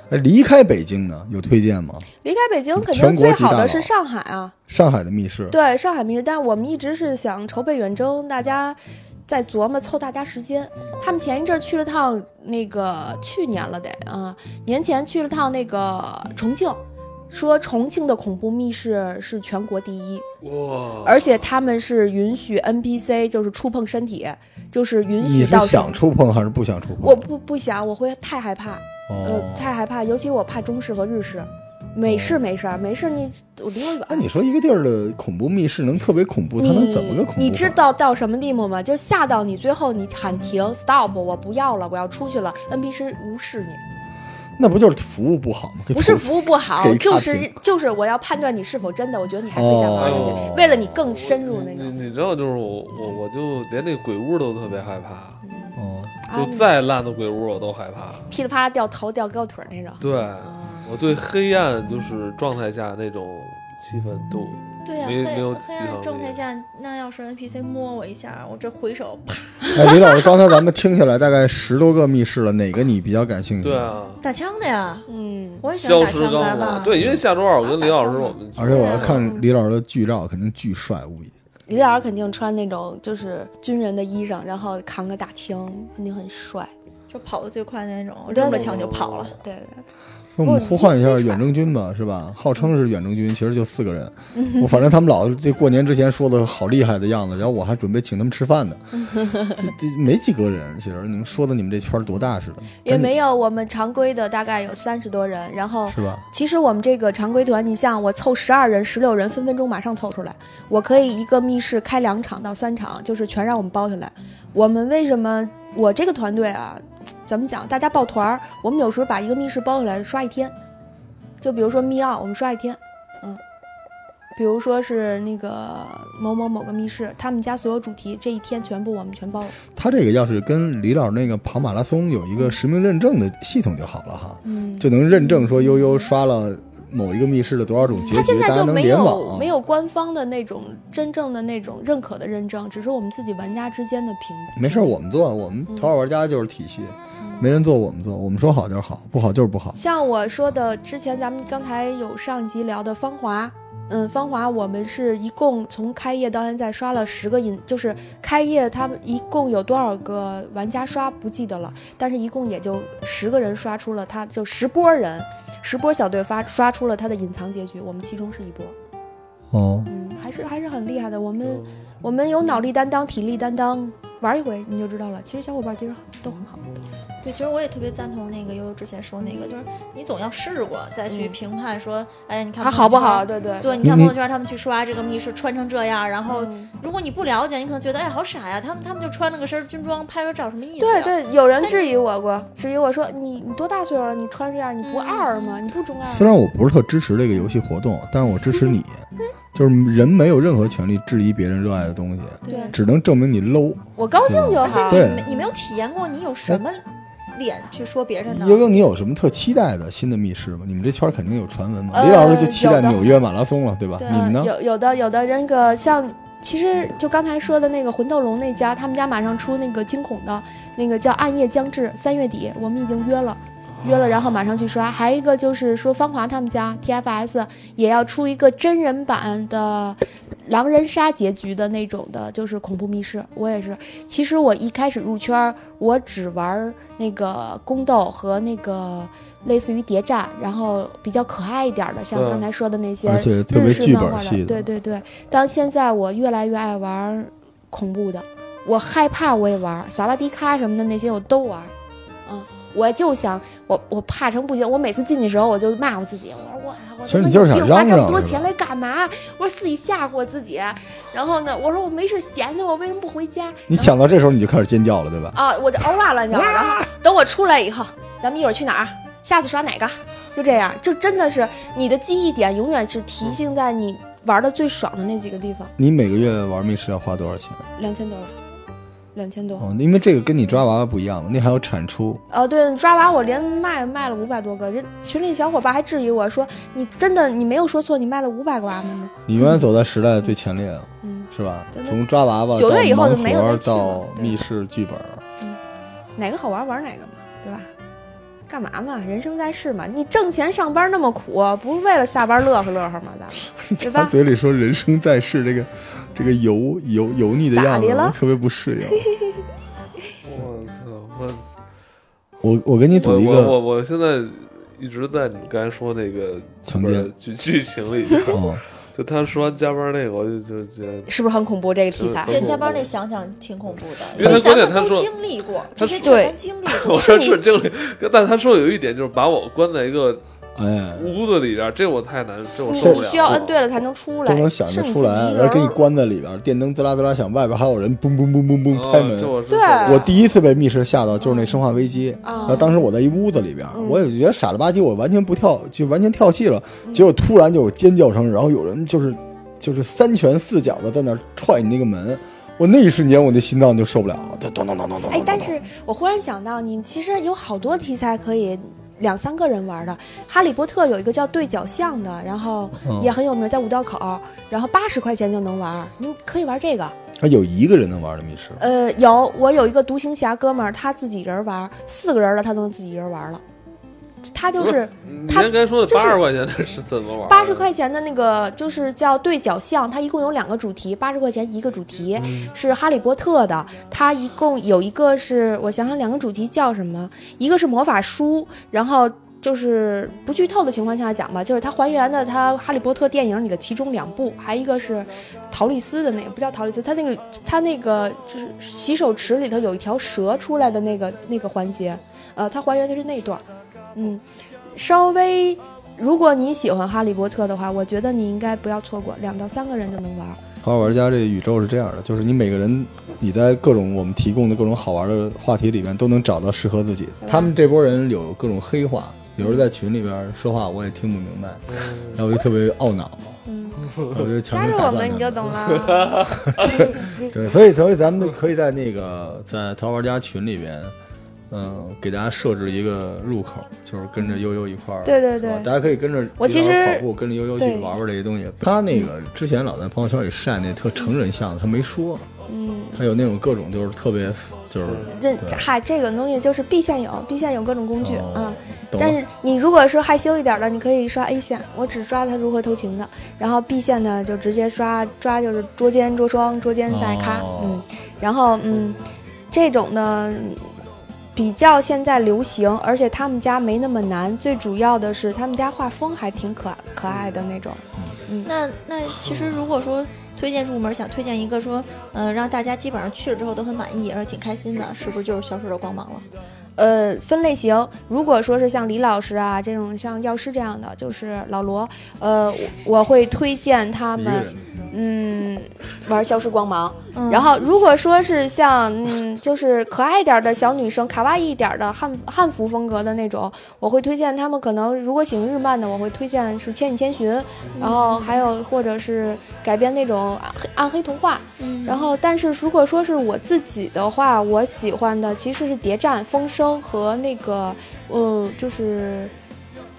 Speaker 3: 哎离开北京呢，有推荐吗？
Speaker 2: 离开北京，肯
Speaker 3: 全
Speaker 2: 定
Speaker 3: 国
Speaker 2: 最
Speaker 3: 级
Speaker 2: 好
Speaker 3: 大佬
Speaker 2: 的是上海啊。
Speaker 3: 上海的密室，
Speaker 2: 对，上海密室，但我们一直是想筹备远征，大家在琢磨凑大家时间。他们前一阵儿去了趟那个去年了得啊、年前去了趟那个重庆，说重庆的恐怖密室是全国第一，
Speaker 1: 哇，
Speaker 2: 而且他们是允许 NPC 就是触碰身体，就是允
Speaker 3: 你
Speaker 2: 许
Speaker 3: 是
Speaker 2: 到
Speaker 3: 想触碰还是不想触碰？
Speaker 2: 我不不想，我会太害怕。
Speaker 3: 哦
Speaker 2: 呃，，太害怕，尤其我怕中式和日式，美式没事儿，美式你我离我远。
Speaker 3: 那你说一个地儿的恐怖密室能特别恐怖，它能怎么个恐怖法？
Speaker 2: 你知道到什么地步吗？就吓到你，最后你喊停，stop，我不要了，我要出去了。NPC 无视你，
Speaker 3: 那不就是服务不好吗？给
Speaker 2: 不是
Speaker 3: 投诉
Speaker 2: 服务不好
Speaker 3: 给，
Speaker 2: 就
Speaker 3: 差
Speaker 2: 是
Speaker 3: 评
Speaker 2: 就是我要判断你是否真的，我觉得你还会再玩下去，
Speaker 3: 哦
Speaker 2: 为了你更深入那
Speaker 1: 你
Speaker 2: 个。
Speaker 1: 你你知道，就是我我我就连那鬼屋都特别害怕，
Speaker 3: 哦，
Speaker 2: 啊
Speaker 1: 就再烂的鬼屋我都害怕。
Speaker 2: 噼里啪啦掉头掉胳膊腿儿那种。
Speaker 1: 对，
Speaker 2: 啊，
Speaker 1: 我对黑暗就是状态下那种气氛都
Speaker 5: 对呀、
Speaker 1: 没没有
Speaker 5: 黑
Speaker 1: 提
Speaker 5: 黑
Speaker 1: 到这个
Speaker 5: 暗状态下，那要是 NPC 摸我一下，我这回手啪，
Speaker 3: 哎，李老师，刚才咱们听下来大概十多个密室了，哪个你比较感兴趣？
Speaker 1: 对，啊，
Speaker 4: 打枪的呀，
Speaker 2: 嗯，
Speaker 5: 我也喜
Speaker 1: 消
Speaker 5: 欢打
Speaker 1: 失
Speaker 5: 枪
Speaker 1: 刚
Speaker 5: 来
Speaker 1: 火
Speaker 5: 吧。
Speaker 1: 对，因为下周二我跟
Speaker 2: 打
Speaker 1: 李老
Speaker 2: 枪
Speaker 1: 师
Speaker 2: 嘛
Speaker 1: 我们去
Speaker 3: 而且我
Speaker 1: 那
Speaker 3: 要
Speaker 2: 啊
Speaker 1: 个
Speaker 3: 看李老师的剧照，肯定巨帅无比。
Speaker 2: 李老师肯定穿那种就是军人的衣裳，然后扛个大枪，肯定很帅。
Speaker 5: 就跑得最快的那种，我
Speaker 2: 对
Speaker 5: 扔了
Speaker 2: 对
Speaker 5: 枪就跑了。
Speaker 2: 对对对，
Speaker 3: 那我们呼唤一下远征军吧，是
Speaker 2: 嗯
Speaker 3: 吧？号称是远征军，其实就四 个人。我反正他们老这过年之前说的好厉害的样子，然后我还准备请他们吃 饭呢。这这没几个人，其实你们说的你们这圈儿多大似的，
Speaker 2: 也没有我们常规的大概有三十多人，然后
Speaker 3: 是吧？
Speaker 2: 其实我们这个常规团，你像我凑十二人、十六人，分分钟马上凑出来。我可以一个密室开两场到三场，就是全让我们包下来。我们为什么我这个团队啊，怎么讲？大家抱团儿，我们有时候把一个密室包下来刷一天，就比如说密奥，我们刷一天，嗯，比如说是那个某某某个密室，他们家所有主题这一天全部我们全包了。
Speaker 3: 他这个要是跟李老师那个跑马拉松有一个实名认证的系统就好了哈，
Speaker 2: 嗯，
Speaker 3: 就能认证说悠悠刷了某一个密室的多少种结
Speaker 2: 他
Speaker 3: 局
Speaker 2: 现，在
Speaker 3: 大家
Speaker 2: 就
Speaker 3: 能
Speaker 2: 没
Speaker 3: 联
Speaker 2: 有
Speaker 3: 网。啊
Speaker 2: 没有官方的那种真正的那种认可的认证，只是我们自己玩家之间的评。
Speaker 3: 没事儿，我们做，我
Speaker 2: 嗯
Speaker 3: 们头号玩家就是体系，没人做我们做，我们说好就是好，不好就是不好。
Speaker 2: 像我说的，之前咱们刚才有上集聊的芳华，嗯，芳华我们是一共从开业到现在刷了十个引，就是开业他们一共有多少个玩家刷不记得了，但是一共也就十个人刷出了他，就十波人，十波小队发刷出了他的隐藏结局，我们其中是一波，
Speaker 3: 哦，
Speaker 2: 嗯，还是还是很厉害的，我们。
Speaker 1: 嗯
Speaker 2: 我们有脑力担当、体力担当，玩一回你就知道了。其实小伙伴其实都很好。
Speaker 4: 对，其实我也特别赞同那个悠悠之前说那个，就是你总要试过再去
Speaker 2: 嗯
Speaker 4: 评判说，哎，你看
Speaker 2: 他
Speaker 4: 朋
Speaker 2: 好不
Speaker 4: 友圈
Speaker 2: 好？？对对
Speaker 4: 对，你
Speaker 3: 你
Speaker 4: 看
Speaker 3: 你
Speaker 4: 朋友圈他们去刷这个密室穿成这样，然后
Speaker 2: 嗯
Speaker 4: 如果你不了解，你可能觉得哎好傻呀，他们他们就穿了个身军装拍个照什么意思
Speaker 2: 对
Speaker 4: 呀？
Speaker 2: 对，有人质疑我过，质疑我说你你多大岁数了？你穿这样你不
Speaker 4: 嗯
Speaker 2: 二吗？你不中二吗？
Speaker 3: 虽然我不是特支持这个游戏活动，但是我支 持你，就是人没有任何权利质疑别人热爱的东西，
Speaker 2: 对
Speaker 3: 只能证明你 low。
Speaker 2: 我高兴就
Speaker 4: 而且
Speaker 2: 好。
Speaker 4: 你
Speaker 3: 对哎
Speaker 4: 没你没有体验过，你有什么脸去说别人呢？
Speaker 3: 悠悠，你有什么特期待的新的密室吗？你们这圈儿肯定有传闻嘛？
Speaker 2: 呃
Speaker 3: 李老师就期待
Speaker 2: 有的
Speaker 3: 纽约马拉松了，对吧？
Speaker 4: 对
Speaker 3: 你们呢？
Speaker 2: 呃有有的有的那个像，其实就刚才说的那个魂斗罗那家，他们家马上出那个惊恐的那个叫《暗夜将至》，三月底我们已经约了。约了，然后马上去刷。还有一个就是说，芳华他们家 TFS 也要出一个真人版的狼人杀结局的那种的，就是恐怖密室。我也是，其实我一开始入圈儿，我只玩儿那个宫斗和那个类似于谍战，然后比较可爱一点儿的，像
Speaker 1: 对
Speaker 2: 刚才说的那些
Speaker 3: 而且特别
Speaker 2: 日式
Speaker 3: 剧
Speaker 2: 漫
Speaker 3: 本
Speaker 2: 画的
Speaker 3: 系的
Speaker 2: 对对对，到现在我越来越爱玩恐怖的，我害怕我也玩，萨瓦迪卡什么的那些我都玩。嗯，我就想我我怕成不行，我每次进去的时候我就骂我自己，我说我我
Speaker 3: 其实你就是想
Speaker 2: 他妈有病花这
Speaker 3: 嚷嚷
Speaker 2: 么多
Speaker 3: 是吧
Speaker 2: 钱来干嘛？我说自己吓唬我自己，然后呢，我说我没事闲的，我为什么不回家？
Speaker 3: 你想到这时候你就开始尖叫了，对吧？
Speaker 2: 啊，我就嗷哇乱叫了。然后等我出来以后，咱们一会儿去哪儿？下次耍哪个？就这样，就真的是你的记忆点永远是提醒在你玩的最爽的那几个地方。
Speaker 3: 你每个月玩密室要花多少钱？
Speaker 2: 两千多了，两千多。
Speaker 3: 哦，因为这个跟你抓娃娃不一样，那还有产出。
Speaker 2: 呃，对，抓娃我连卖卖了五百多个，人群里小伙伴还质疑我说：“你真的你没有说错，你卖了五百个娃娃吗
Speaker 3: 你永远走在时代的最前列，
Speaker 2: 嗯，
Speaker 3: 是吧
Speaker 2: 对？对
Speaker 3: 从抓娃娃
Speaker 2: 九
Speaker 3: 到
Speaker 2: 月以后就
Speaker 3: 盲
Speaker 2: 没有再
Speaker 3: 盒
Speaker 2: 去了
Speaker 3: 到
Speaker 2: 对
Speaker 3: 密室剧本，
Speaker 2: 哪个好玩玩哪个嘛，对吧？干嘛嘛？人生在世嘛，你挣钱上班那么苦，不是为了下班乐呵乐呵吗？咱们，对
Speaker 3: 他
Speaker 2: 吧？
Speaker 3: 嘴里说“人生在世”这个这个油油油腻的
Speaker 2: 咋
Speaker 3: 样子，
Speaker 2: 的了
Speaker 3: 我特别不适 应。
Speaker 1: 我操，我
Speaker 3: 我我给你
Speaker 1: 我
Speaker 3: 组一
Speaker 1: 我我
Speaker 3: 个
Speaker 1: 我现在一直在你刚才说那个
Speaker 3: 强
Speaker 1: 不
Speaker 3: 奸
Speaker 1: 是剧剧情 里，
Speaker 3: 哦，
Speaker 1: 就他说完加班那个，我就就觉得
Speaker 2: 是不是很恐怖这个题材
Speaker 1: 嗯？
Speaker 4: 就加班那想想挺恐怖的，哎
Speaker 1: 因为他
Speaker 4: 咱
Speaker 1: 关键
Speaker 4: 们
Speaker 1: 他
Speaker 4: 都
Speaker 1: 说
Speaker 4: 经历过，
Speaker 1: 他
Speaker 4: 这些
Speaker 2: 对
Speaker 4: 咱经历过
Speaker 1: 我说这这里，但他说有一点就是把我关在一个
Speaker 3: 哎，
Speaker 1: 屋子里边，这我太难，这我
Speaker 2: 你
Speaker 1: 受不
Speaker 2: 你
Speaker 1: 了。
Speaker 2: 需要摁对了才能出来
Speaker 3: 都，能想
Speaker 2: 是
Speaker 3: 得
Speaker 2: 你
Speaker 3: 出
Speaker 2: 自己
Speaker 3: 来，
Speaker 2: 一
Speaker 3: 然后给
Speaker 2: 人
Speaker 3: 你
Speaker 2: 儿
Speaker 3: 关在里边，电灯滋啦滋啦响，外边还有人嘣嘣嘣嘣嘣拍
Speaker 1: 啊
Speaker 3: 门
Speaker 1: 这。我是
Speaker 2: 对
Speaker 1: 受不了
Speaker 3: 哦我第一次被密室吓到，就是那《生化危机》，然后
Speaker 2: 啊，
Speaker 3: 当时我在一屋子里边，
Speaker 2: 嗯
Speaker 3: 我也觉得傻了吧唧，我完全不跳，就完全跳戏了。
Speaker 2: 嗯
Speaker 3: 结果突然就有尖叫声，然后有人就是就是三拳四脚的在那儿踹你那个门，我那一瞬间我的心脏就受不了了，就咚咚咚咚咚。
Speaker 2: 哎，但是我忽然想到，你其实有好多题材可以两三个人玩的，《哈利波特》有一个叫对角巷的，然后
Speaker 3: 嗯
Speaker 2: 也很有名，在五道口，然后八十块钱就能玩，你可以玩这个。
Speaker 3: 还有一个人能玩的密室，
Speaker 2: 呃，有我有一个独行侠哥们儿，他自己人玩，四个人了他都能自己人玩了。他就
Speaker 1: 不
Speaker 2: 是
Speaker 1: 你
Speaker 2: 他
Speaker 1: 刚才说的
Speaker 2: 就是
Speaker 1: 八十块钱那是怎么玩？
Speaker 2: 八十，块钱的那个，就是叫对角巷，它一共有两个主题，八十块钱一个主题。嗯是哈利波特的，它一共有一个是我想想两个主题叫什么，一个是魔法书，然后就是不剧透的情况下讲吧，就是它还原的它哈利波特电影里的其中两部，还一个是陶丽丝的那个不叫陶丽丝，它那个它那个就是洗手池里头有一条蛇出来的那个那个环节，呃，它还原的是那段儿，嗯，稍微。如果你喜欢《哈利波特》的话，我觉得你应该不要错过，两到三个人就能玩儿。
Speaker 3: 好好玩家这宇宙是这样的，就是你每个人你在各种我们提供的各种好玩的话题里面都能找到适合自己。他们这波人有各种黑话，有时候在群里边说话我也听不明白，然后我就特别懊恼，
Speaker 2: 嗯，
Speaker 3: 我就强
Speaker 2: 加入
Speaker 3: 行打断
Speaker 2: 我
Speaker 3: 他
Speaker 2: 们你就懂了。
Speaker 3: 对，所以所以咱们可以在那个在淘玩家群里边，嗯，给大家设置一个入口，就是跟着悠悠一块儿，
Speaker 2: 对对对
Speaker 3: 是吧大家可以跟着
Speaker 2: 我其实
Speaker 3: 悠悠跑步，跟着悠悠去
Speaker 2: 对
Speaker 3: 玩玩这些东西。他那个之前老在朋友圈里晒那特成人像的，他没说，
Speaker 2: 嗯，
Speaker 3: 他有那种各种就是特别就是
Speaker 1: 嗯
Speaker 2: 这
Speaker 3: 对
Speaker 2: 嗨，这个东西就是 B 线有，B 线有各种工具
Speaker 3: 哦
Speaker 2: 啊。
Speaker 3: 懂
Speaker 2: 但
Speaker 3: 了
Speaker 2: 是你如果说害羞一点的，你可以刷 A 线，我只刷他如何偷情的。然后 B 线呢，就直接刷抓就是捉奸、捉双、捉奸再咔，
Speaker 3: 哦
Speaker 2: 嗯。然后嗯，这种呢嗯比较现在流行，而且他们家没那么难。最主要的是他们家画风还挺可可爱的那种。
Speaker 5: 那那其实如果说推荐入门，想推荐一个说，呃，让大家基本上去了之后都很满意，而且挺开心的，是不是就是《消失的光芒》了？
Speaker 2: 呃，分类型，如果说是像李老师啊这种像药师这样的，就是老罗，呃，我我会推荐他
Speaker 3: 一个
Speaker 2: 们
Speaker 3: 人，
Speaker 2: 嗯玩消失光芒。
Speaker 5: 嗯
Speaker 2: 然后如果说是像嗯就是可爱一点的小女生，卡哇伊一点的汉汉服风格的那种，我会推荐他们。可能如果喜欢日漫的，我会推荐是《千与千寻》，嗯然后还有或者是改编那种暗黑暗黑童话，
Speaker 5: 嗯
Speaker 2: 然后，但是如果说是我自己的话，我喜欢的其实是谍战、风声和那个，呃，就是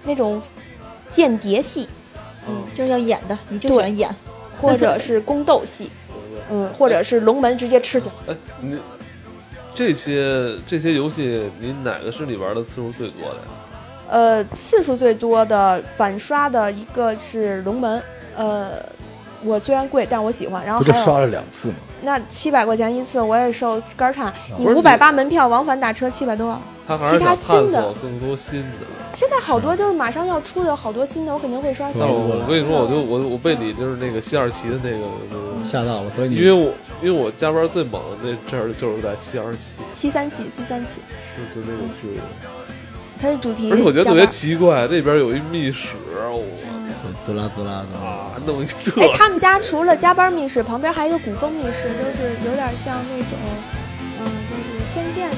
Speaker 2: 那种间谍戏，
Speaker 1: 嗯
Speaker 5: 就是要演的，你就喜欢演，
Speaker 2: 或者是宫斗戏，嗯，或者是龙门直接吃去。
Speaker 1: 哎，你这些这些游戏，你哪个是你玩的次数最多的呀？
Speaker 2: 呃，次数最多的反刷的一个是龙门，呃，我虽然贵，但我喜欢。然后
Speaker 3: 不就
Speaker 2: 还有
Speaker 3: 刷了两次吗？
Speaker 2: 那七百块钱一次，我也受肝儿颤。你
Speaker 1: 不是
Speaker 2: 五
Speaker 1: 你
Speaker 2: 百八门票往返打车七百多，
Speaker 1: 他还是
Speaker 2: 其
Speaker 1: 想
Speaker 2: 他
Speaker 1: 探
Speaker 2: 新的
Speaker 1: 索更多新的。
Speaker 2: 现在好多就是马上要出的好多新的，我肯定会刷嗯新
Speaker 1: 但
Speaker 2: 的。
Speaker 1: 啊我我跟你说，我
Speaker 2: 嗯
Speaker 1: 就我我被你就是那个西二旗的那个，就是
Speaker 3: 吓到了，所以
Speaker 2: 嗯
Speaker 3: 你
Speaker 1: 因为我因为我加班最猛的那阵儿就是在西二旗，
Speaker 2: 七三七，七三七，
Speaker 1: 就就那个剧，
Speaker 2: 它的主题
Speaker 1: 而且我觉得特别
Speaker 2: 叫吧
Speaker 1: 奇怪，那边有一密室，我
Speaker 3: 滋啦滋啦的，
Speaker 1: 啊，弄一这
Speaker 2: 哎，他们家除了加班密室，旁边还有一个古风密室，就是有点像那种，嗯，就是仙剑